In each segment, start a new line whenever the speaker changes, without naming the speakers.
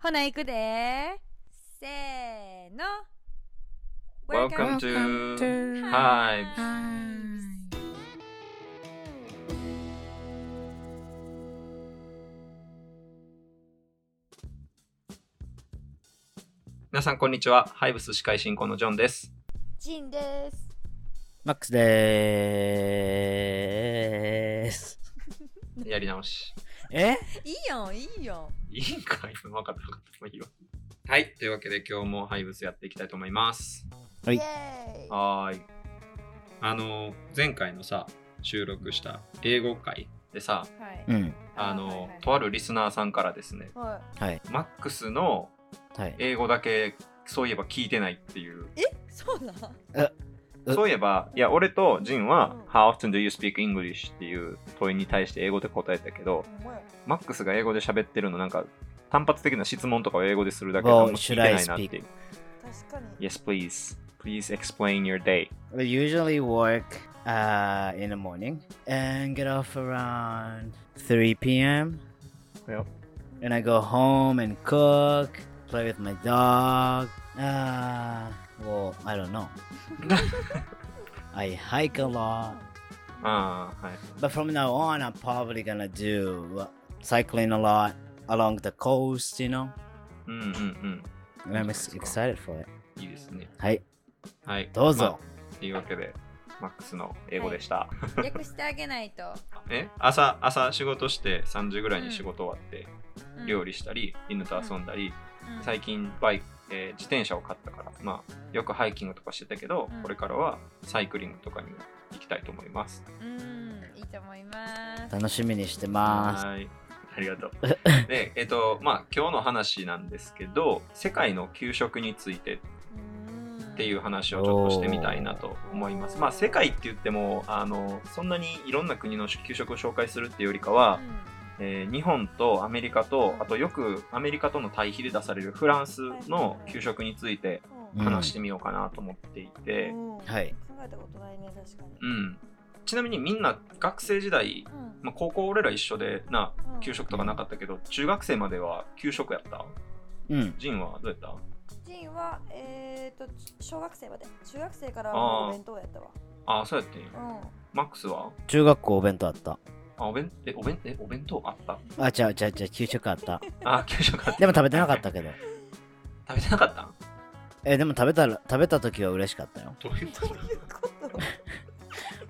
ほな、行くでせーの。
Welcome
Welcome to
to
Hives.
Hives.
皆さんこんにちは。ハイブス司会進行のジョンです。
ジンです。
マックスでーす。
やり直し。
え
いいよ、いいよ。
いいんかい分かった分かった。もういいわ。はい。というわけで今日もハイブスやっていきたいと思います。
はい
イエーイ
はーい。あの、前回のさ、収録した英語会でさ、
はい。
うん。
あ
はい
の
はい、
とあるリスナーさんからですね、
は
はい。
マックスの
はい。
英語だけそういえば聞いてないっていう
い。え、そうなん
え
そういえば、いや、俺とジンは
う、ん
How often do you speak English? っていう問いに対して英語で答えたけど、
お前
マックスが英語で喋ってるの、なんか、単発的な質問とかを英語でするだけであん
Well,
ま聞いてないなって
should I
いう。
確かに。
Yes, please. Please explain your day.
We usually work uh, in the morning and get off around 3 p.m.
Yep.
And I go home and cook, play with my dog. Uh, well, I don't know. I hike a lot.
ああ、はい。
But from now on, I'm probably gonna do cycling a lot along the coast, you know?
うんうん
And I'm ex- excited for it.
うん。いいですね。
はい、
はい。
どう
ま
ぞ。
あというわけで、マックスの英語でした。
略してあげないと。
え朝、朝仕事して3時ぐらいに仕事終わって、
うん
料理したり、犬と遊んだり、
うん
最近バイク、えー自転車を買ったから、まあ、よくハイキングとかしてたけど、
うん
これからはサイクリングとかにも行きたいと思います。
うん、いいと思います。
楽しみにしてます。
はーいありがとう。で、えっ、と、まあ、今日の話なんですけど、世界の給食について
っ
っていうう話をちょっとしてみたいなと思います。まあ、世界って言っても、あの、そんなにいろんな国の給食を紹介するっていうよりかは、
ん。
えー日本とアメリカと、あとよくアメリカとの対比で出されるフランスの給食について
うん
話してみようかなと思っていて、
うん
はい。
考えたことないね、確かに
う。ん、ちなみにみんな学生時代、
うん
まあ、高校俺ら一緒でな
うん
給食とかなかったけど、中学生までは給食やった
うん。
ジンはどうやった
ジンは、えー、と小学生まで中学生からはもうお弁当やったわ
ああそうやってんや
うん
マックスは
中学校お弁当あった。
あお弁えお弁えお弁当あった
あ、違う違う違う、給食あった。
あ給食あった
でも食べてなかったけど。
食べてなかった
え、でも食べたら、食べた時は嬉しかったよ。
どういうこと
ということ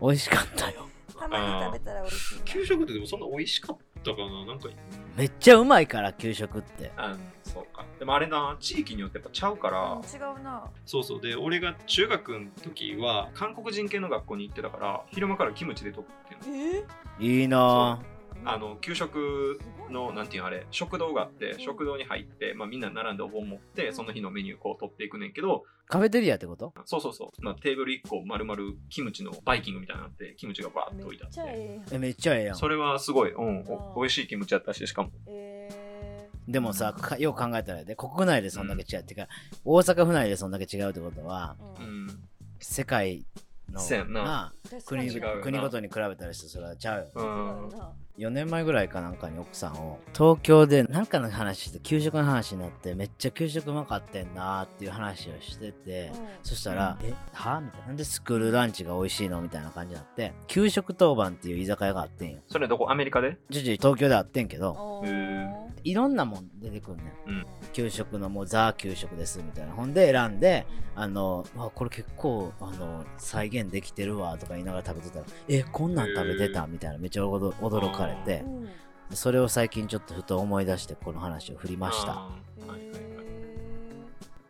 美味しかったよ。
たまに食べたら美味しいな
食ってでもそんな美味しかったかななんか
めっちゃうまいから、給食って。
あそうかでもあれな地域によってやっぱちゃうから、
うん違うな
そうそうで俺が中学の時は韓国人系の学校に行ってたから昼間からキムチでとってんの
えー、
いいなぁ。
あの給食のなんていうのあれ食堂があって食堂に入って、まあ、みんな並んでお盆持ってその日のメニューこう取っていくねんけど
カフェテリアってこと
そうそうそう、まあ、テーブル1個丸々キムチのバイキングみたいになのあってキムチがバーっと置
め
いてあ
っ
っ
ちゃ
て
え
え、めっちゃええやん
そ。れはすごい、うん、
あー
お美味しいキムチやったししかも
えやんえ
でもさ、かよう考えたらやで、国内でそんだけ違うってか、大阪府内でそんだけ違うってことは、
ーう
う
ん
ん
世界の
せやんな
なあ
確か
国
に
違うよな
国ごとに比べたりしてそれはちゃうよ。
う
違う
ん
な
4年前ぐらいかなんかに奥さんを東京でなんかの話して給食の話になってめっちゃ給食うまかってんなーっていう話をしてて、そしたら「えはみたいな「なんでスクールランチが美味しいの?」みたいな感じになって給食当番っていう居酒屋があってんよ
それどこアメリカで
じじ東京であってんけど
うん
へー
おー
いろんなもん出てくんねん
うん
給食のもうザ給食ですみたいなほんで選んであのあこれ結構あの再現できてるわとか言いながら食べてたら「えこんなん食べてた?」みたいなめっちゃ驚驚かれて。
うん
それを最近ちょっとふと思い出してこの話を振りました。
あーはいはいはい
え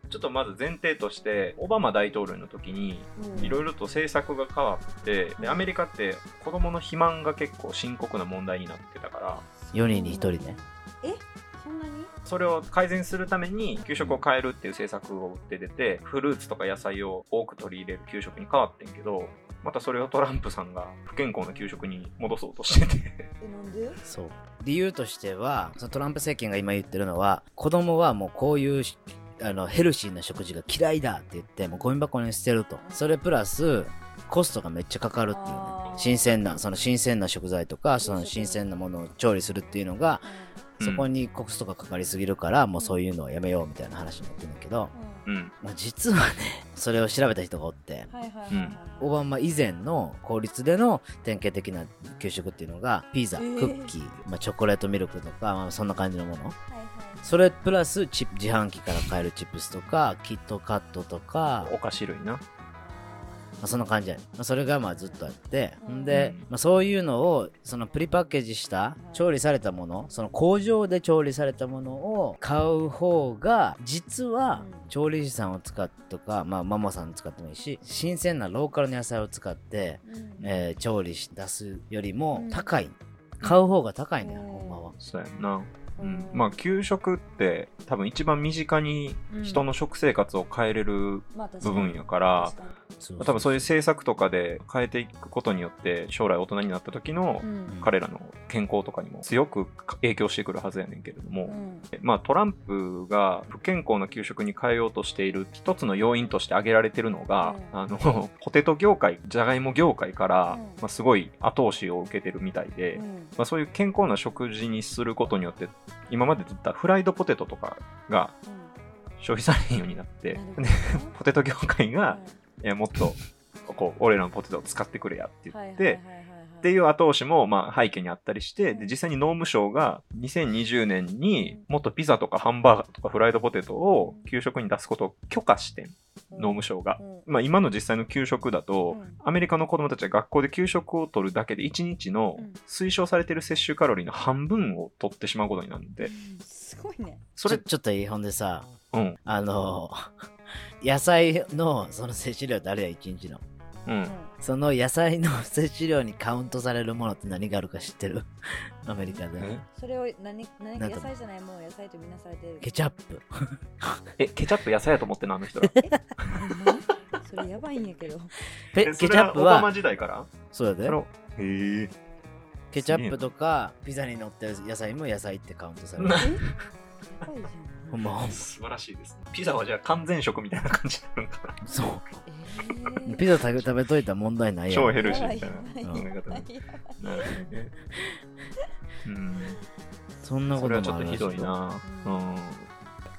ちょっとまず前提としてオバマ大統領の時に
ーうん
いろいろと政策が変わってでアメリカって子どもの肥満が結構深刻な問題になってたから
4人に1人ね。
そんなに
それを改善するために給食を変えるっていう政策を打って出てフルーツとか野菜を多く取り入れる給食に変わってんけどまたそれをトランプさんが不健康な給食に戻そうとしてて
えなんで
そう。理由としては、そのトランプ政権が今言ってるのは、子供はもうこういうしあのヘルシーな食事が嫌いだって言って、もうゴミ箱に捨てると。それプラス、コストがめっちゃかかるっていうね
あー。
新鮮な、その新鮮な食材とか、その新鮮なものを調理するっていうのが、
うん
そこにコクスとかかかりすぎるから、もうそういうのをやめようみたいな話になってるんだけど、
うん。
まあ、実はね、それを調べた人がおって、
はいはいはいはい
うん
オバマ以前の公立での典型的な給食っていうのが、ピザ、
え
ク
ー
ッキー、まあ、チョコレートミルクとか、まあ、そんな感じのもの。
はい
それプラスチップ、自販機から買えるチップスとか、キットカットとか、
お菓子類な。
まあ、そんな感じやね、まあ、それがまあずっとあって
うん
んで、まあ、そういうのをそのプリパッケージした調理されたものその工場で調理されたものを買う方が実は
うん
調理師さんを使ってとか、まあ、ママさん使ってもいいし新鮮なローカルの野菜を使って、
うん
えー調理し出すよりも
うん
高い、買う方が高いね、
うん
ほんまは。
そうやんな。う
うん
ん、まあ給食って多分一番身近に人の食生活を変えれる
まあ確か
部
に
分やから
確、かに
そ
多分そういう政策とかで変えていくことによって将来大人になった時の
うん
彼らの健康とかにも強く影響してくるはずやねんけれども、
うん
まあ、トランプが不健康な給食に変えようとしている一つの要因として挙げられてるのが、
うん
あの ポテト業界じゃがいも業界から、
うん
まあ、すごい後押しを受けてるみたいで、
うん
まあ、そういう健康な食事にすることによって今までずっとフライドポテトとかが消費されへんようになって、
うん
でポテト業界が、いやもっとこう俺らのポテトを使ってくれやって言って。って
う
いう後押しもまあ背景にあったりして、
う
で
ん
実際に農務省が2020年にもっとピザとかハンバーガーとかフライドポテトを給食に出すことを許可してん、農務省が。
ん
まあ今の実際の給食だと、
うん
アメリカの子供たちは学校で給食を取るだけで1日の
うん
推奨されてる摂取カロリーの半分を取ってしまうことになるんで、
すごいね
そ
ちょ
れ、
ちょっといいほんでさ
うん、
あの 野菜のその摂取量ってあるやん1日の。
う。
うんん
その野菜の 摂取量にカウントされるものって何があるか知ってる アメリカで
え。
それを何何
なん
か
か
野菜じゃないもう野菜とみなされてる
ケチャップ。
え、ケチャップ野菜やと思ってんのあの人ら。
何それやばいんやけど
えケチャップ
オバマ
は、
時代から
そうだ
それ
ね。
をへえ。
ケチャップとか、ピザに乗ってる野菜も野菜ってカウントされる
な。
えやばいじ
ほんまほんま
素晴らしいです、ね。ピザはじゃあ完全食みたいな感じになるんかな。
そ
ゃんえ
う。
ー
ピザ食べ食べといたら問題ないや
超
ん。
ヘルシーみたいな考
うん
え方ね。なるほどね。うん。
そんなこ
それ
と
はちょ
も
っ
あ
とひ
るらし
どいな。う。
うん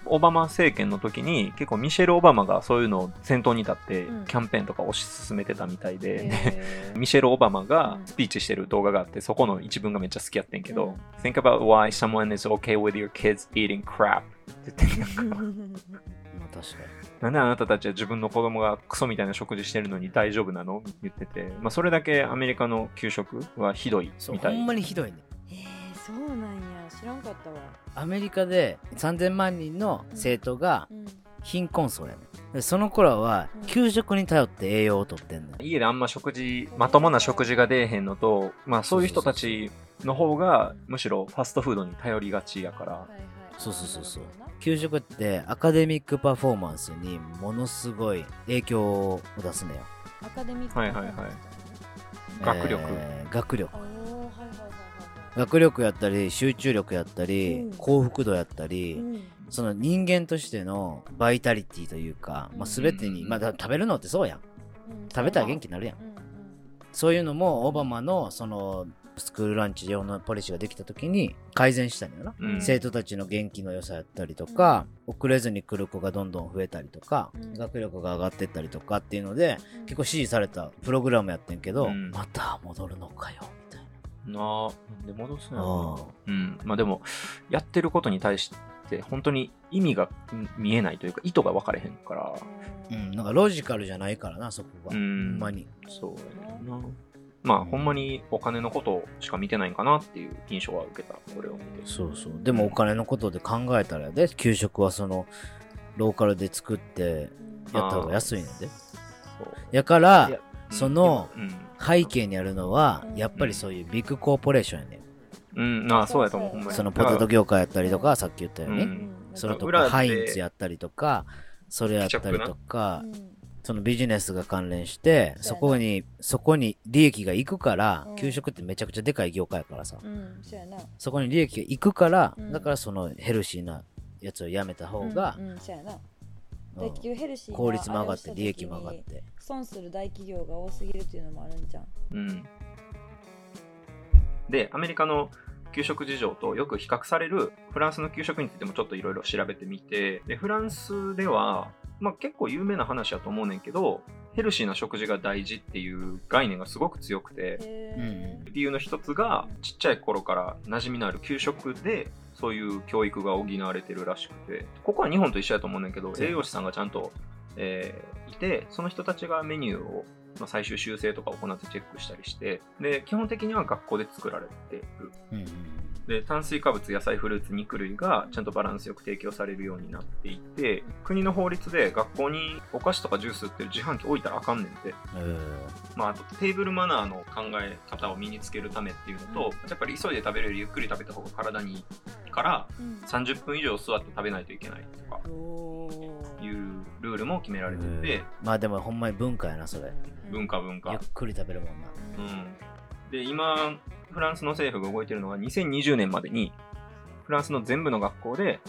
オバマ政権の時に結構ミシェル・オバマがそういうのを先頭に立って
うん
キャンペーンとかを推し進めてたみたいで、
えー
ミシェル・オバマが
うん
スピーチしてる動画があって、そこの一文がめっちゃ好きやってんけど、
うん
Think about why someone is okay with your kids eating crap って言ってなん か
まあ確か
なんであなたたちは自分の子供がクソみたいな食事してるのに大丈夫なの言ってて、まあ、それだけアメリカの給食はひどい
に。
み
ほ
たい
んまにひどいね。
えーそうなんや知らんかったわ
アメリカで3000万人の生徒が
うん
貧困層やねんでその頃は
うん
給食に頼って栄養をとってんねん
家であんま食事まともな食事が出えへんのと、まあ、そういう人たちの方がむしろファストフードに頼りがちやから
はいはい
そうそうそうそう
なるほどな
給食ってアカデミックパフォーマンスにものすごい影響を出すのよ。
アカデミック
はいはいはい学力
えー学力。
おおーはいはいはいはいは
学力やったり、集中力やったり、
うん
幸福度やった
い
り、
うん
その人間としてのバイタリティというか、まあ、全てに、
うん
まあ、だ食べるのってそうやん。
うん
食べたら元気になるやん
う。んうん
そういうのもオバマのそのスクールランチ用のポリシーができた時に改善したんだよな。
うん
生徒たちの元気の良さやったりとか、遅れずに来る子がどんどん増えたりとか、
うん
学力が上がってったりとかっていうので、
うん
結構支持されたプログラムやってんけど、
うん
また戻るのかよみた
な
い
あなんで戻す
な、
のうんまあでもやってることに対して本当に意味が見えないというか意図が分かれへんから
う、
うんん
なんかロジカルじゃないからなそこが、
う
ほ
ん
んまに
そうやねんなまあほんまにお金のことしか見てないんかなっていう印象は受けたこれを見て
そうそうでもお金のことで考えたらやで給食はそのローカルで作ってやった方が安いねんで
そう
やから
いやうん
その
うん
背景にあるのは
うん
やっぱりそういうビッグコーポレーションやね、
うんああそうやと思うほんまや
ん、そのポテト業界やったりとかさっき言ったように、
う
うんん
それと
裏
か
で
ハインツやったりとかそれやったりとか、
うん
そのビジネスが関連して、
そや
そう
な
こに、そこに利益が行くから
うん、
給食ってめちゃくちゃでかい業界やからさ、
うんそうやな
そこに利益が行くから
うん、
だからそのヘルシーなやつをやめた方が
う、んうんそうやな
うん
で結局ヘルシーな
効率も上が
あれ
って
をした時に
利益も上がって。
損する大企業が多すぎるっていうのもあるんじゃん
うん、でアメリカの給食事情とよく比較されるフランスの給食についてもちょっといろいろ調べてみてでフランスでは、まあ、結構有名な話やと思うねんけどヘルシーな食事が大事っていう概念がすごく強くて
へ
うん
理由の一つがちっちゃい頃から馴染みのある給食でそういう教育が補われてるらしくてここは日本と一緒やと思うねんだけど栄養士さんがちゃんと、えーいてその人たちがメニューを、まあ、最終修正とか行ってチェックしたりしてで基本的には学校で作られてる
うんうん
で炭水化物野菜フルーツ肉類がちゃんとバランスよく提供されるようになっていて国の法律で学校にお菓子とかジュース売ってる自販機置いたらあかんねんて
うん
まあ、あとテーブルマナーの考え方を身につけるためっていうのと、やっぱり急いで食べるよりゆっくり食べた方が体にいいから
うん
30分以上座って食べないといけないとか
お
い
ー
うルールも決められてて、
まあでもほんまに文化やなそれ
文化文
ゆっ
化、
くり食べるもんな
うん、で今フランスの政府が動いてるのが2020年までにフランスの全部の学校で、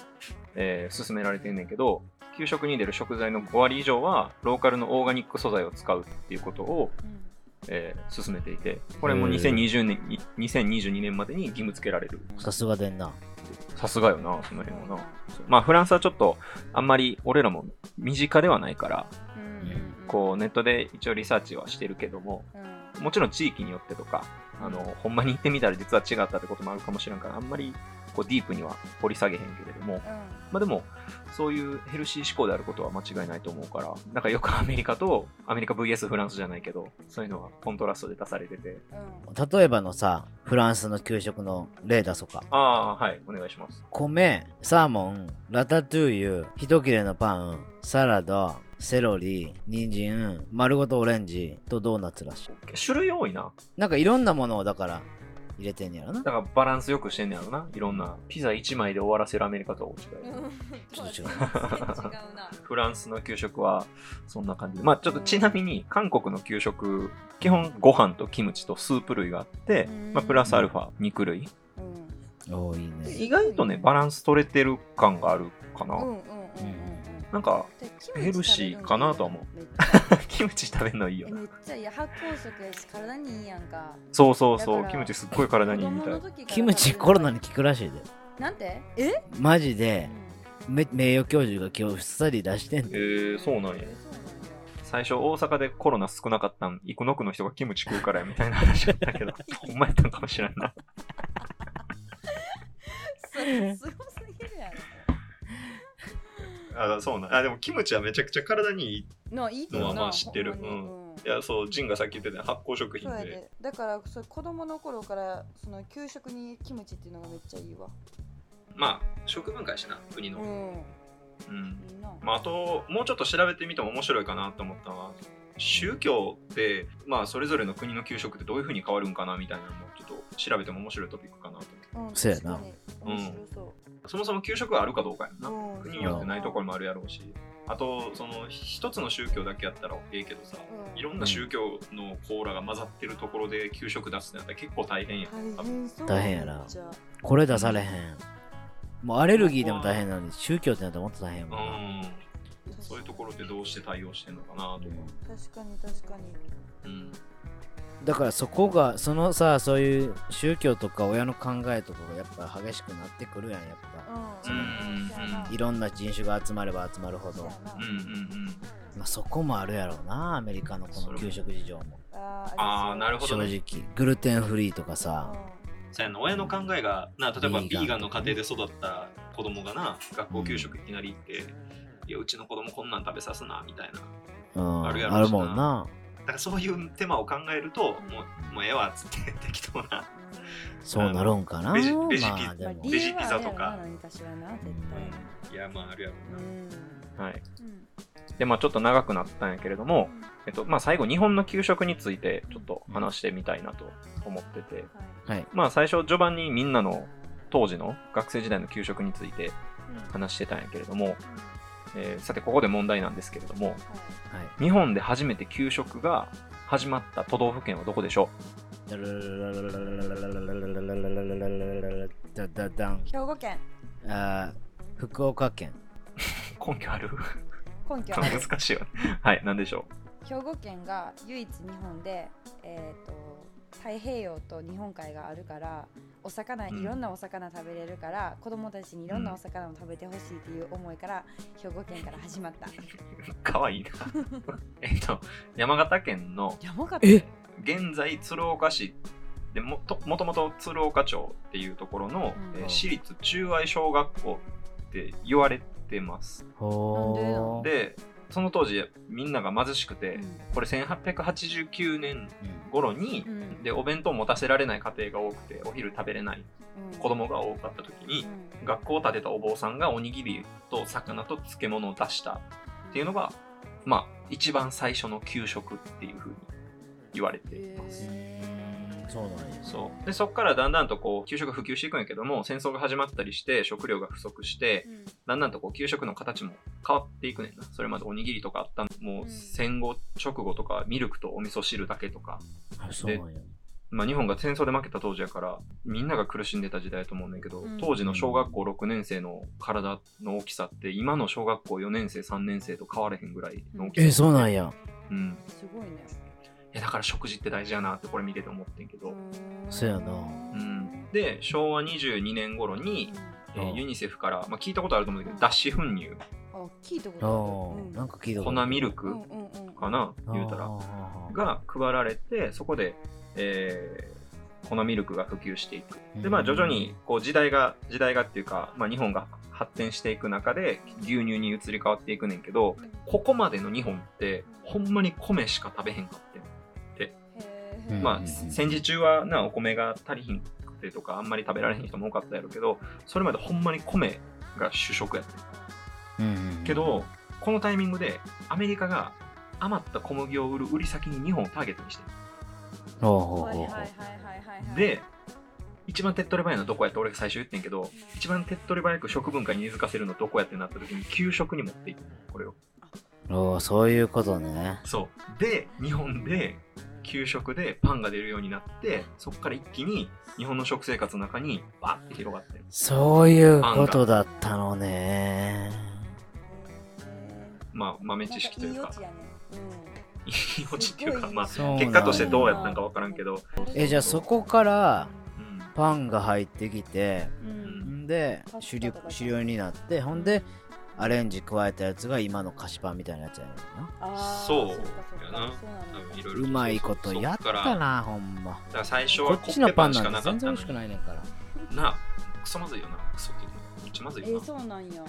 えー進められてんねんけど給食に出る食材の5割以上はローカルのオーガニック素材を使うっていうことを
うん
えー進めていて、これも
へー
2020年に、2022年までに義務付けられる。
さすがでんな
さすがよな、その辺はな。まあ、フランスはちょっと、あんまり俺らも身近ではないから、
うんうん
こう、ネットで一応リサーチはしてるけども、
うんうん
もちろん地域によってとか、あの、ほんまに行ってみたら実は違ったってこともあるかもしれんから、あんまり、こう、ディープには掘り下げへんけれども、まあでも、そういうヘルシー志向であることは間違いないと思うから、なんかよくアメリカと、アメリカ VS フランスじゃないけど、そういうのがコントラストで出されてて、
う
例えばのさフランスの給食の例だそうか
ああ、はい、お願いします。
米サーモンラタトゥーユ一切れのパンサラダセロリ人参丸ごとオレンジとドーナツらしい
種類多いな。
なんかいろんなものをだから入れてんやろな
だからバランスよくしてんねやろな。いろんな。ピザ1枚で終わらせるアメリカとは大違い。
ん
ちょっと違う
違うな
フランスの給食はそんな感じで。まあちょっとちなみに韓国の給食、基本ご飯とキムチとスープ類があって、まあプラスアルファ肉類。
うん
おおいいね
意外とね、バランス取れてる感がある
う
か
んう
な。
んうんうん
なんか、
で
ヘルシーかなとは思う
キムチ食べるの
キムチ食べるのいいよな。
めっちゃめっちゃいや発酵食やし体にいいやんか
そうそうそ
だ
う。
から
キムチすっごい体にいいみたい。
キムチコロナ
に
に効くらしいで
なんてえ
マジでめ名誉教授が今日ふっさり出して
え
んの
ー、そうなんや。最初大阪でコロナ少なかったん、幾野区の人がキムチ食うからやみたいな話だっ たけど、ほんまやったんかもしれんな。
そうなんやそれすごすぎるや
あそうなんあでもキムチはめちゃくちゃ体にいい
ろないいけど
の
な
はまあ知ってる
ほまに
うんいやそうジンがさっき言ってた発酵食
そ
品
うや
で
でだからそれ子供の頃からその給食にキムチっていうのがめっちゃいいわ
まあ食文化やしな国
う
の
ん
うん、
いいな
まあ、あともうちょっと調べてみても面白いかなと思ったのは宗教ってまあそれぞれの国の給食ってどういうふうに変わるんかなみたいなのもちょっと調べても面白いトピックかなと思
う
って
ん
そうやな
確かに面白そう
そもそも給食があるかどうかやんな
うん
国によってないところもあるやろうしあとその一つの宗教だけやったらええけどさ
うん
いろんな宗教のコーラが混ざってるところで給食出すってなったら結構大変やん多
大
分
変そう
大変やな
めっちゃ
これ出されへんもうアレルギーでも大変なのに宗教ってなったらもっと大変やもんな
うんそういうところってどうして対応してんのかなとか、
確かに確かに
うん、
だからそこがそのさそういう宗教とか親の考えとかがやっぱ激しくなってくるやんやっ
う
ぱ
ん
うん
そうやない
ろんな人種が集まれば集まるほ
そう
ど
や、な
うんうんうん
まあ、そこもあるやろうなアメリカのこの給食事情も
あー
ああなる
ほ
ほ
正
ど、ね、
直グルテンフリーとかさ
そうやな親の考えがな例えば
ビ
ビー
ーガン
ガンの家庭で育った子供がな学校給食いきなり行って、いやうちの子供こんなん食べさすなみたいな
うん
あ
あ
る
る
やろうしな
もんな
だからそういう手間を考えるともうもうええわっつって 適当な
そうなるんかな
レジレジピ
まあでも、
レジピザとか
何かしらな絶
いやまああるやろ
対うん
な、はい、
うん
でまあちょっと長くなったんやけれども、えっとまあ、最後日本の給食についてちょっと話してみたいなと思ってて、
はい
はい
まあ最初序盤にみんなの当時の学生時代の給食について話してたんやけれども、えーさてここで問題なんですけれども
はい
日本で初めて給食が始まった都道府県はどこでしょ
だだだん
兵庫県
あー福岡県
う 根拠ある
根拠はある
難しいよねはい何でしょ
兵庫県が唯一日本でえっと太平洋と日本海があるからお魚い
うん
ろんなお魚食べれるから、子供たちにいろんな
うん
お魚を食べてほしいっていう思いから兵庫県から始まった
かわい いな。えっと、山形県の
山形
え
現在鶴岡市でもともともと鶴岡町っていうところの、
うん
えー私立中愛小学校って言われてます。
ほー
で、その当時みんなが貧しくて、
うん
これ1889年
うん
頃に、
うん
でお弁当を持たせられない家庭が多くてお昼食べれない子供が多かった時に
うん
学校を建てたお坊さんがおにぎりと魚と漬物を出したっていうのがまあ一番最初の給食っていう風に言われています。
へー
そうなんや
そうでそこからだんだんとこう給食が普及していくんやけども戦争が始まったりして食料が不足して
うん
だんだんとこう給食の形も変わっていくねんなそれまでおにぎりとかあったのも
う
うん戦後直後とかミルクとお味噌汁だけとか
あそうなんや
まあ、日本が戦争で負けた当時やからみんなが苦しんでた時代だと思うんだけど、
うん
当時の小学校6年生の体の大きさって今の小学校4年生3年生と変われへんぐらいの大きさ、
えそうなんや
うん
すごいね
いやだから食事って大事やなってこれ見てて思ってんけど、
そうやな
うんで昭和22年頃に、えー
うん
ユニセフから、まあ、聞いたことあると思うんだけど脱脂粉乳
あ聞いたこ
あ
とある
ー
うん
なんか聞いたこ
粉
と
ミルク
うんうんうん
かな、言うたら
ら
が配られてそこで、えー粉ミルクが普及していくでまあ徐々にこう時代が時代がっていうか、まあ、日本が発展していく中で牛乳に移り変わっていくねんけどここまでの日本ってほんまに米しか食べへんかってん
へ
う
ー
ん
まあ戦時中はなお米が足りひんくてとかあんまり食べられへん人も多かったやろうけどそれまでほんまに米が主食やってんけどこのタイミングでアメリカが余った小麦を売る売り先に日本をターゲットにしてる
ほうほう
はい
ほ
はい
うほ
は
う
いはいはいはい
で一番手っ取り早いのはどこやって俺が最初言ってんけど一番手っ取り早く食文化に根付かせるのどこやってなった時に給食に持っていくこれを
おーそういうことね
そうで日本で給食でパンが出るようになってそこから一気に日本の食生活の中にバッて広がってる
そういうことだったのね
まあ豆知識という
な
か
んいい余地やね
いい落ちっていうかまあ
そうなんや
結果としてどうやったんか分からんけど、
えじゃあそこから
うん
パンが入ってきて
うんうん
んで
パス
主
タと
流
か
主流になってほんでアレンジ加えたやつが今の菓子パンみたいなやつやるのな
あー
そう
っかっか
やな
そうなのよ
いろいろ
うまいことやっ
そから
たなほんま
だから最初
こ
は
っちのパンなんて全然美
の
味しくないねんから
なあクソまずいよなクソって言ってもめっちゃまず
え
いよ
ー
な
そうなんや
っ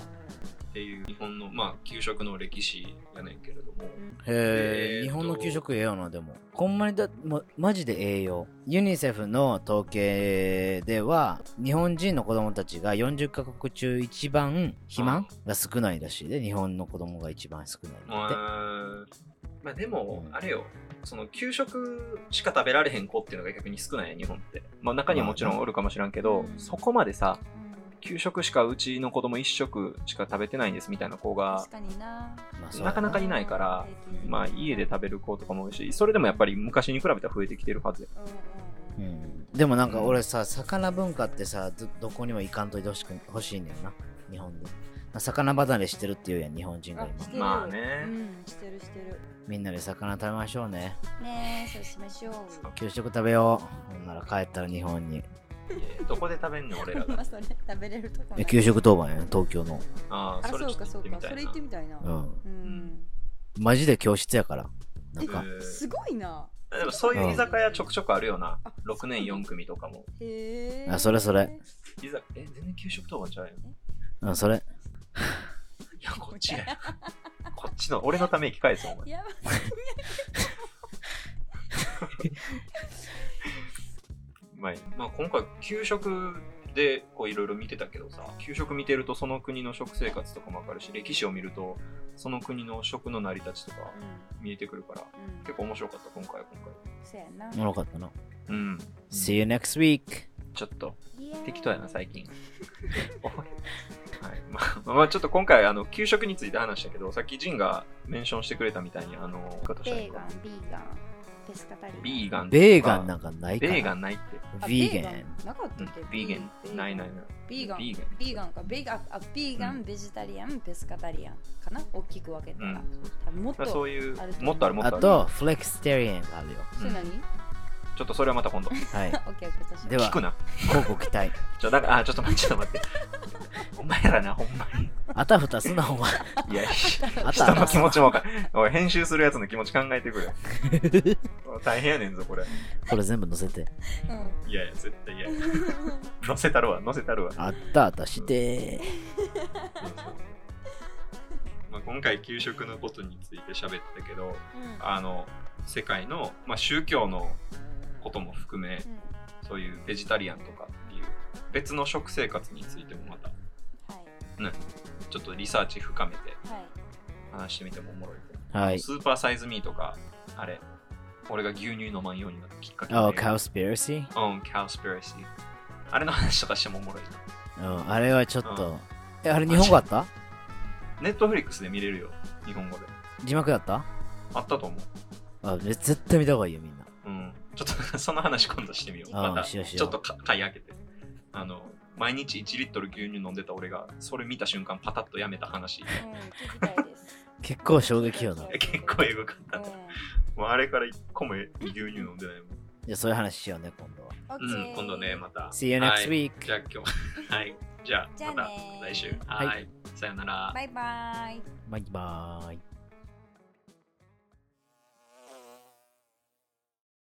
ていう日本のまあ給食の歴史やねんけれども
へ
えー
え
と
日本の給食ええよなでもほんまにだもうマジで栄養ユニセフの統計では日本人の子供たちが40カ国中一番肥満が少ないらしいで日本の子供が一番少ないん
う
だって
ーんまあでも
うん
あれよその給食しか食べられへん子っていうのが逆に少ないね日本ってまあ中にはもちろんおるかもしらんけど、
うん
そこまでさ給食しかうちの子供一食しか食べてないんですみたいな子が
確かにな
まあそう
なかなかいないから
うん
まあ家で食べる子とかも多いしそれでもやっぱり昔に比べたら増えてきてるはずや
うんうんうん
でもなんか俺さ魚文化ってさどどこにも行かんといてほしく欲しいんだよな日本で魚離れしてるっていうやん日本人が
あして
今
る
まあね
うんしてるしてる
みんなで魚食べましょうね
ねえそうしましょう
給食食べようほんなら帰ったら日本に
いやどこで食べんの俺ら
ま
が
あ それ食べれるとこな
え
い
給食当番やね東京の
ああ
あ
それ
そ
ちょ
うか
っと行
そ
っ
う
てみ
か
た
そ
い
れ
な
行ってみたいな
うん
うん
マジで教室やからなんか
えー
すごいな
でもそういう居酒屋ちょくちょくあるよな
あ
6年4組とかも
へえ
あそれそれ
居酒え全然給食当番ちゃうやんい
うんそれ
やこっちや こっちの俺のため生き返すお前
やば
まあいい、まあ、今回給食でこういろいろ見てたけどさ給食見てるとその国の食生活とかも分かるし歴史を見るとその国の食の成り立ちとか
う
見えてくるから
んうん
結構面白かった今回は今回
そうやな
おもろかったな
うん、
See you next week
ちょっと
イエーイ
適当やな最近 おいはいまあ、まあちょっと今回あの給食について話したけどさっきジンがメンションしてくれたみたいにあの方
ベ
したい
ーガンビーガンペスカタリア
ビーガン
ベーガンなんかない
ベ
から
ーガンないって
あ
ビー
ベ
ガ
ン
ン
なかったっけ
ビーガンないないない
ビーガン
ビーガン
ビーガンかビーガンあビーガン、
うん
ベジタリアンペスカタリアンかな大きく分けた
うん
ら、多分もっ
まあ
と
そ
う
ういう
あると思う
もっとあるもっ
あ
とある
とフレキステリアンがあるよ
それ何、
うんちょっとそれはまた今度。
はい。
オッケーオッケーそうしよう
で
聞
は、
くな。
乞うご期待。
ちょ、なんか、あ、ちょっと待って、ちょっと待って。 お前らな、ほんまに。
あたふたすな、お前。
いや、
あた
人の
ふた
気持ちもわかる。おい、編集するやつの気持ち考えてくれ。大変やねんぞ、これ。
これ全部載せて。
いやいや、絶対い や。乗せたるわ、乗せたるわ。
あったあたして。
まあ、今回、給食のことについて喋ったけど、
うんうん
あの、世界の、まあ、宗教のことも含め、
うん
そういうベジタリアンとかっていう別の食生活についてもまた
はい
ちょっとリサーチ深めて
はい
話してみてもおもろいと思う、
はい。
スーパーサイズミーとかあれ俺が牛乳飲まんようになったきっかけで、
あ、カウスピラシー
うんカウスピラシーあれの話とかしてもおもろいな
うん、あれはちょっと。え、あれ日本語あった
ネットフリックスで見れるよ日本語で
字幕だった
あったと思う
あ、め絶対見た方がいいよ、みんな。
うんちょっとその話今度してみよう
あ
また
しようしよう
ちょっとか買い上げてあの毎日1リットル牛乳飲んでた俺がそれ見た瞬間パタッとやめた話
うん聞きたいです
結構衝撃よな。い
結構エグかった
うん
もうあれから一個も牛乳飲んでないもん。
や、そういう話しようね、今度は。
オッケ
う
ー
ん、今度ね、また。
See you next
はい
week!
じゃあ今日、 はい。じゃ
じゃ
あ
あ
ま
ね
た来週。
はい
はい。さよなら。
バイバイ
バイバーイ。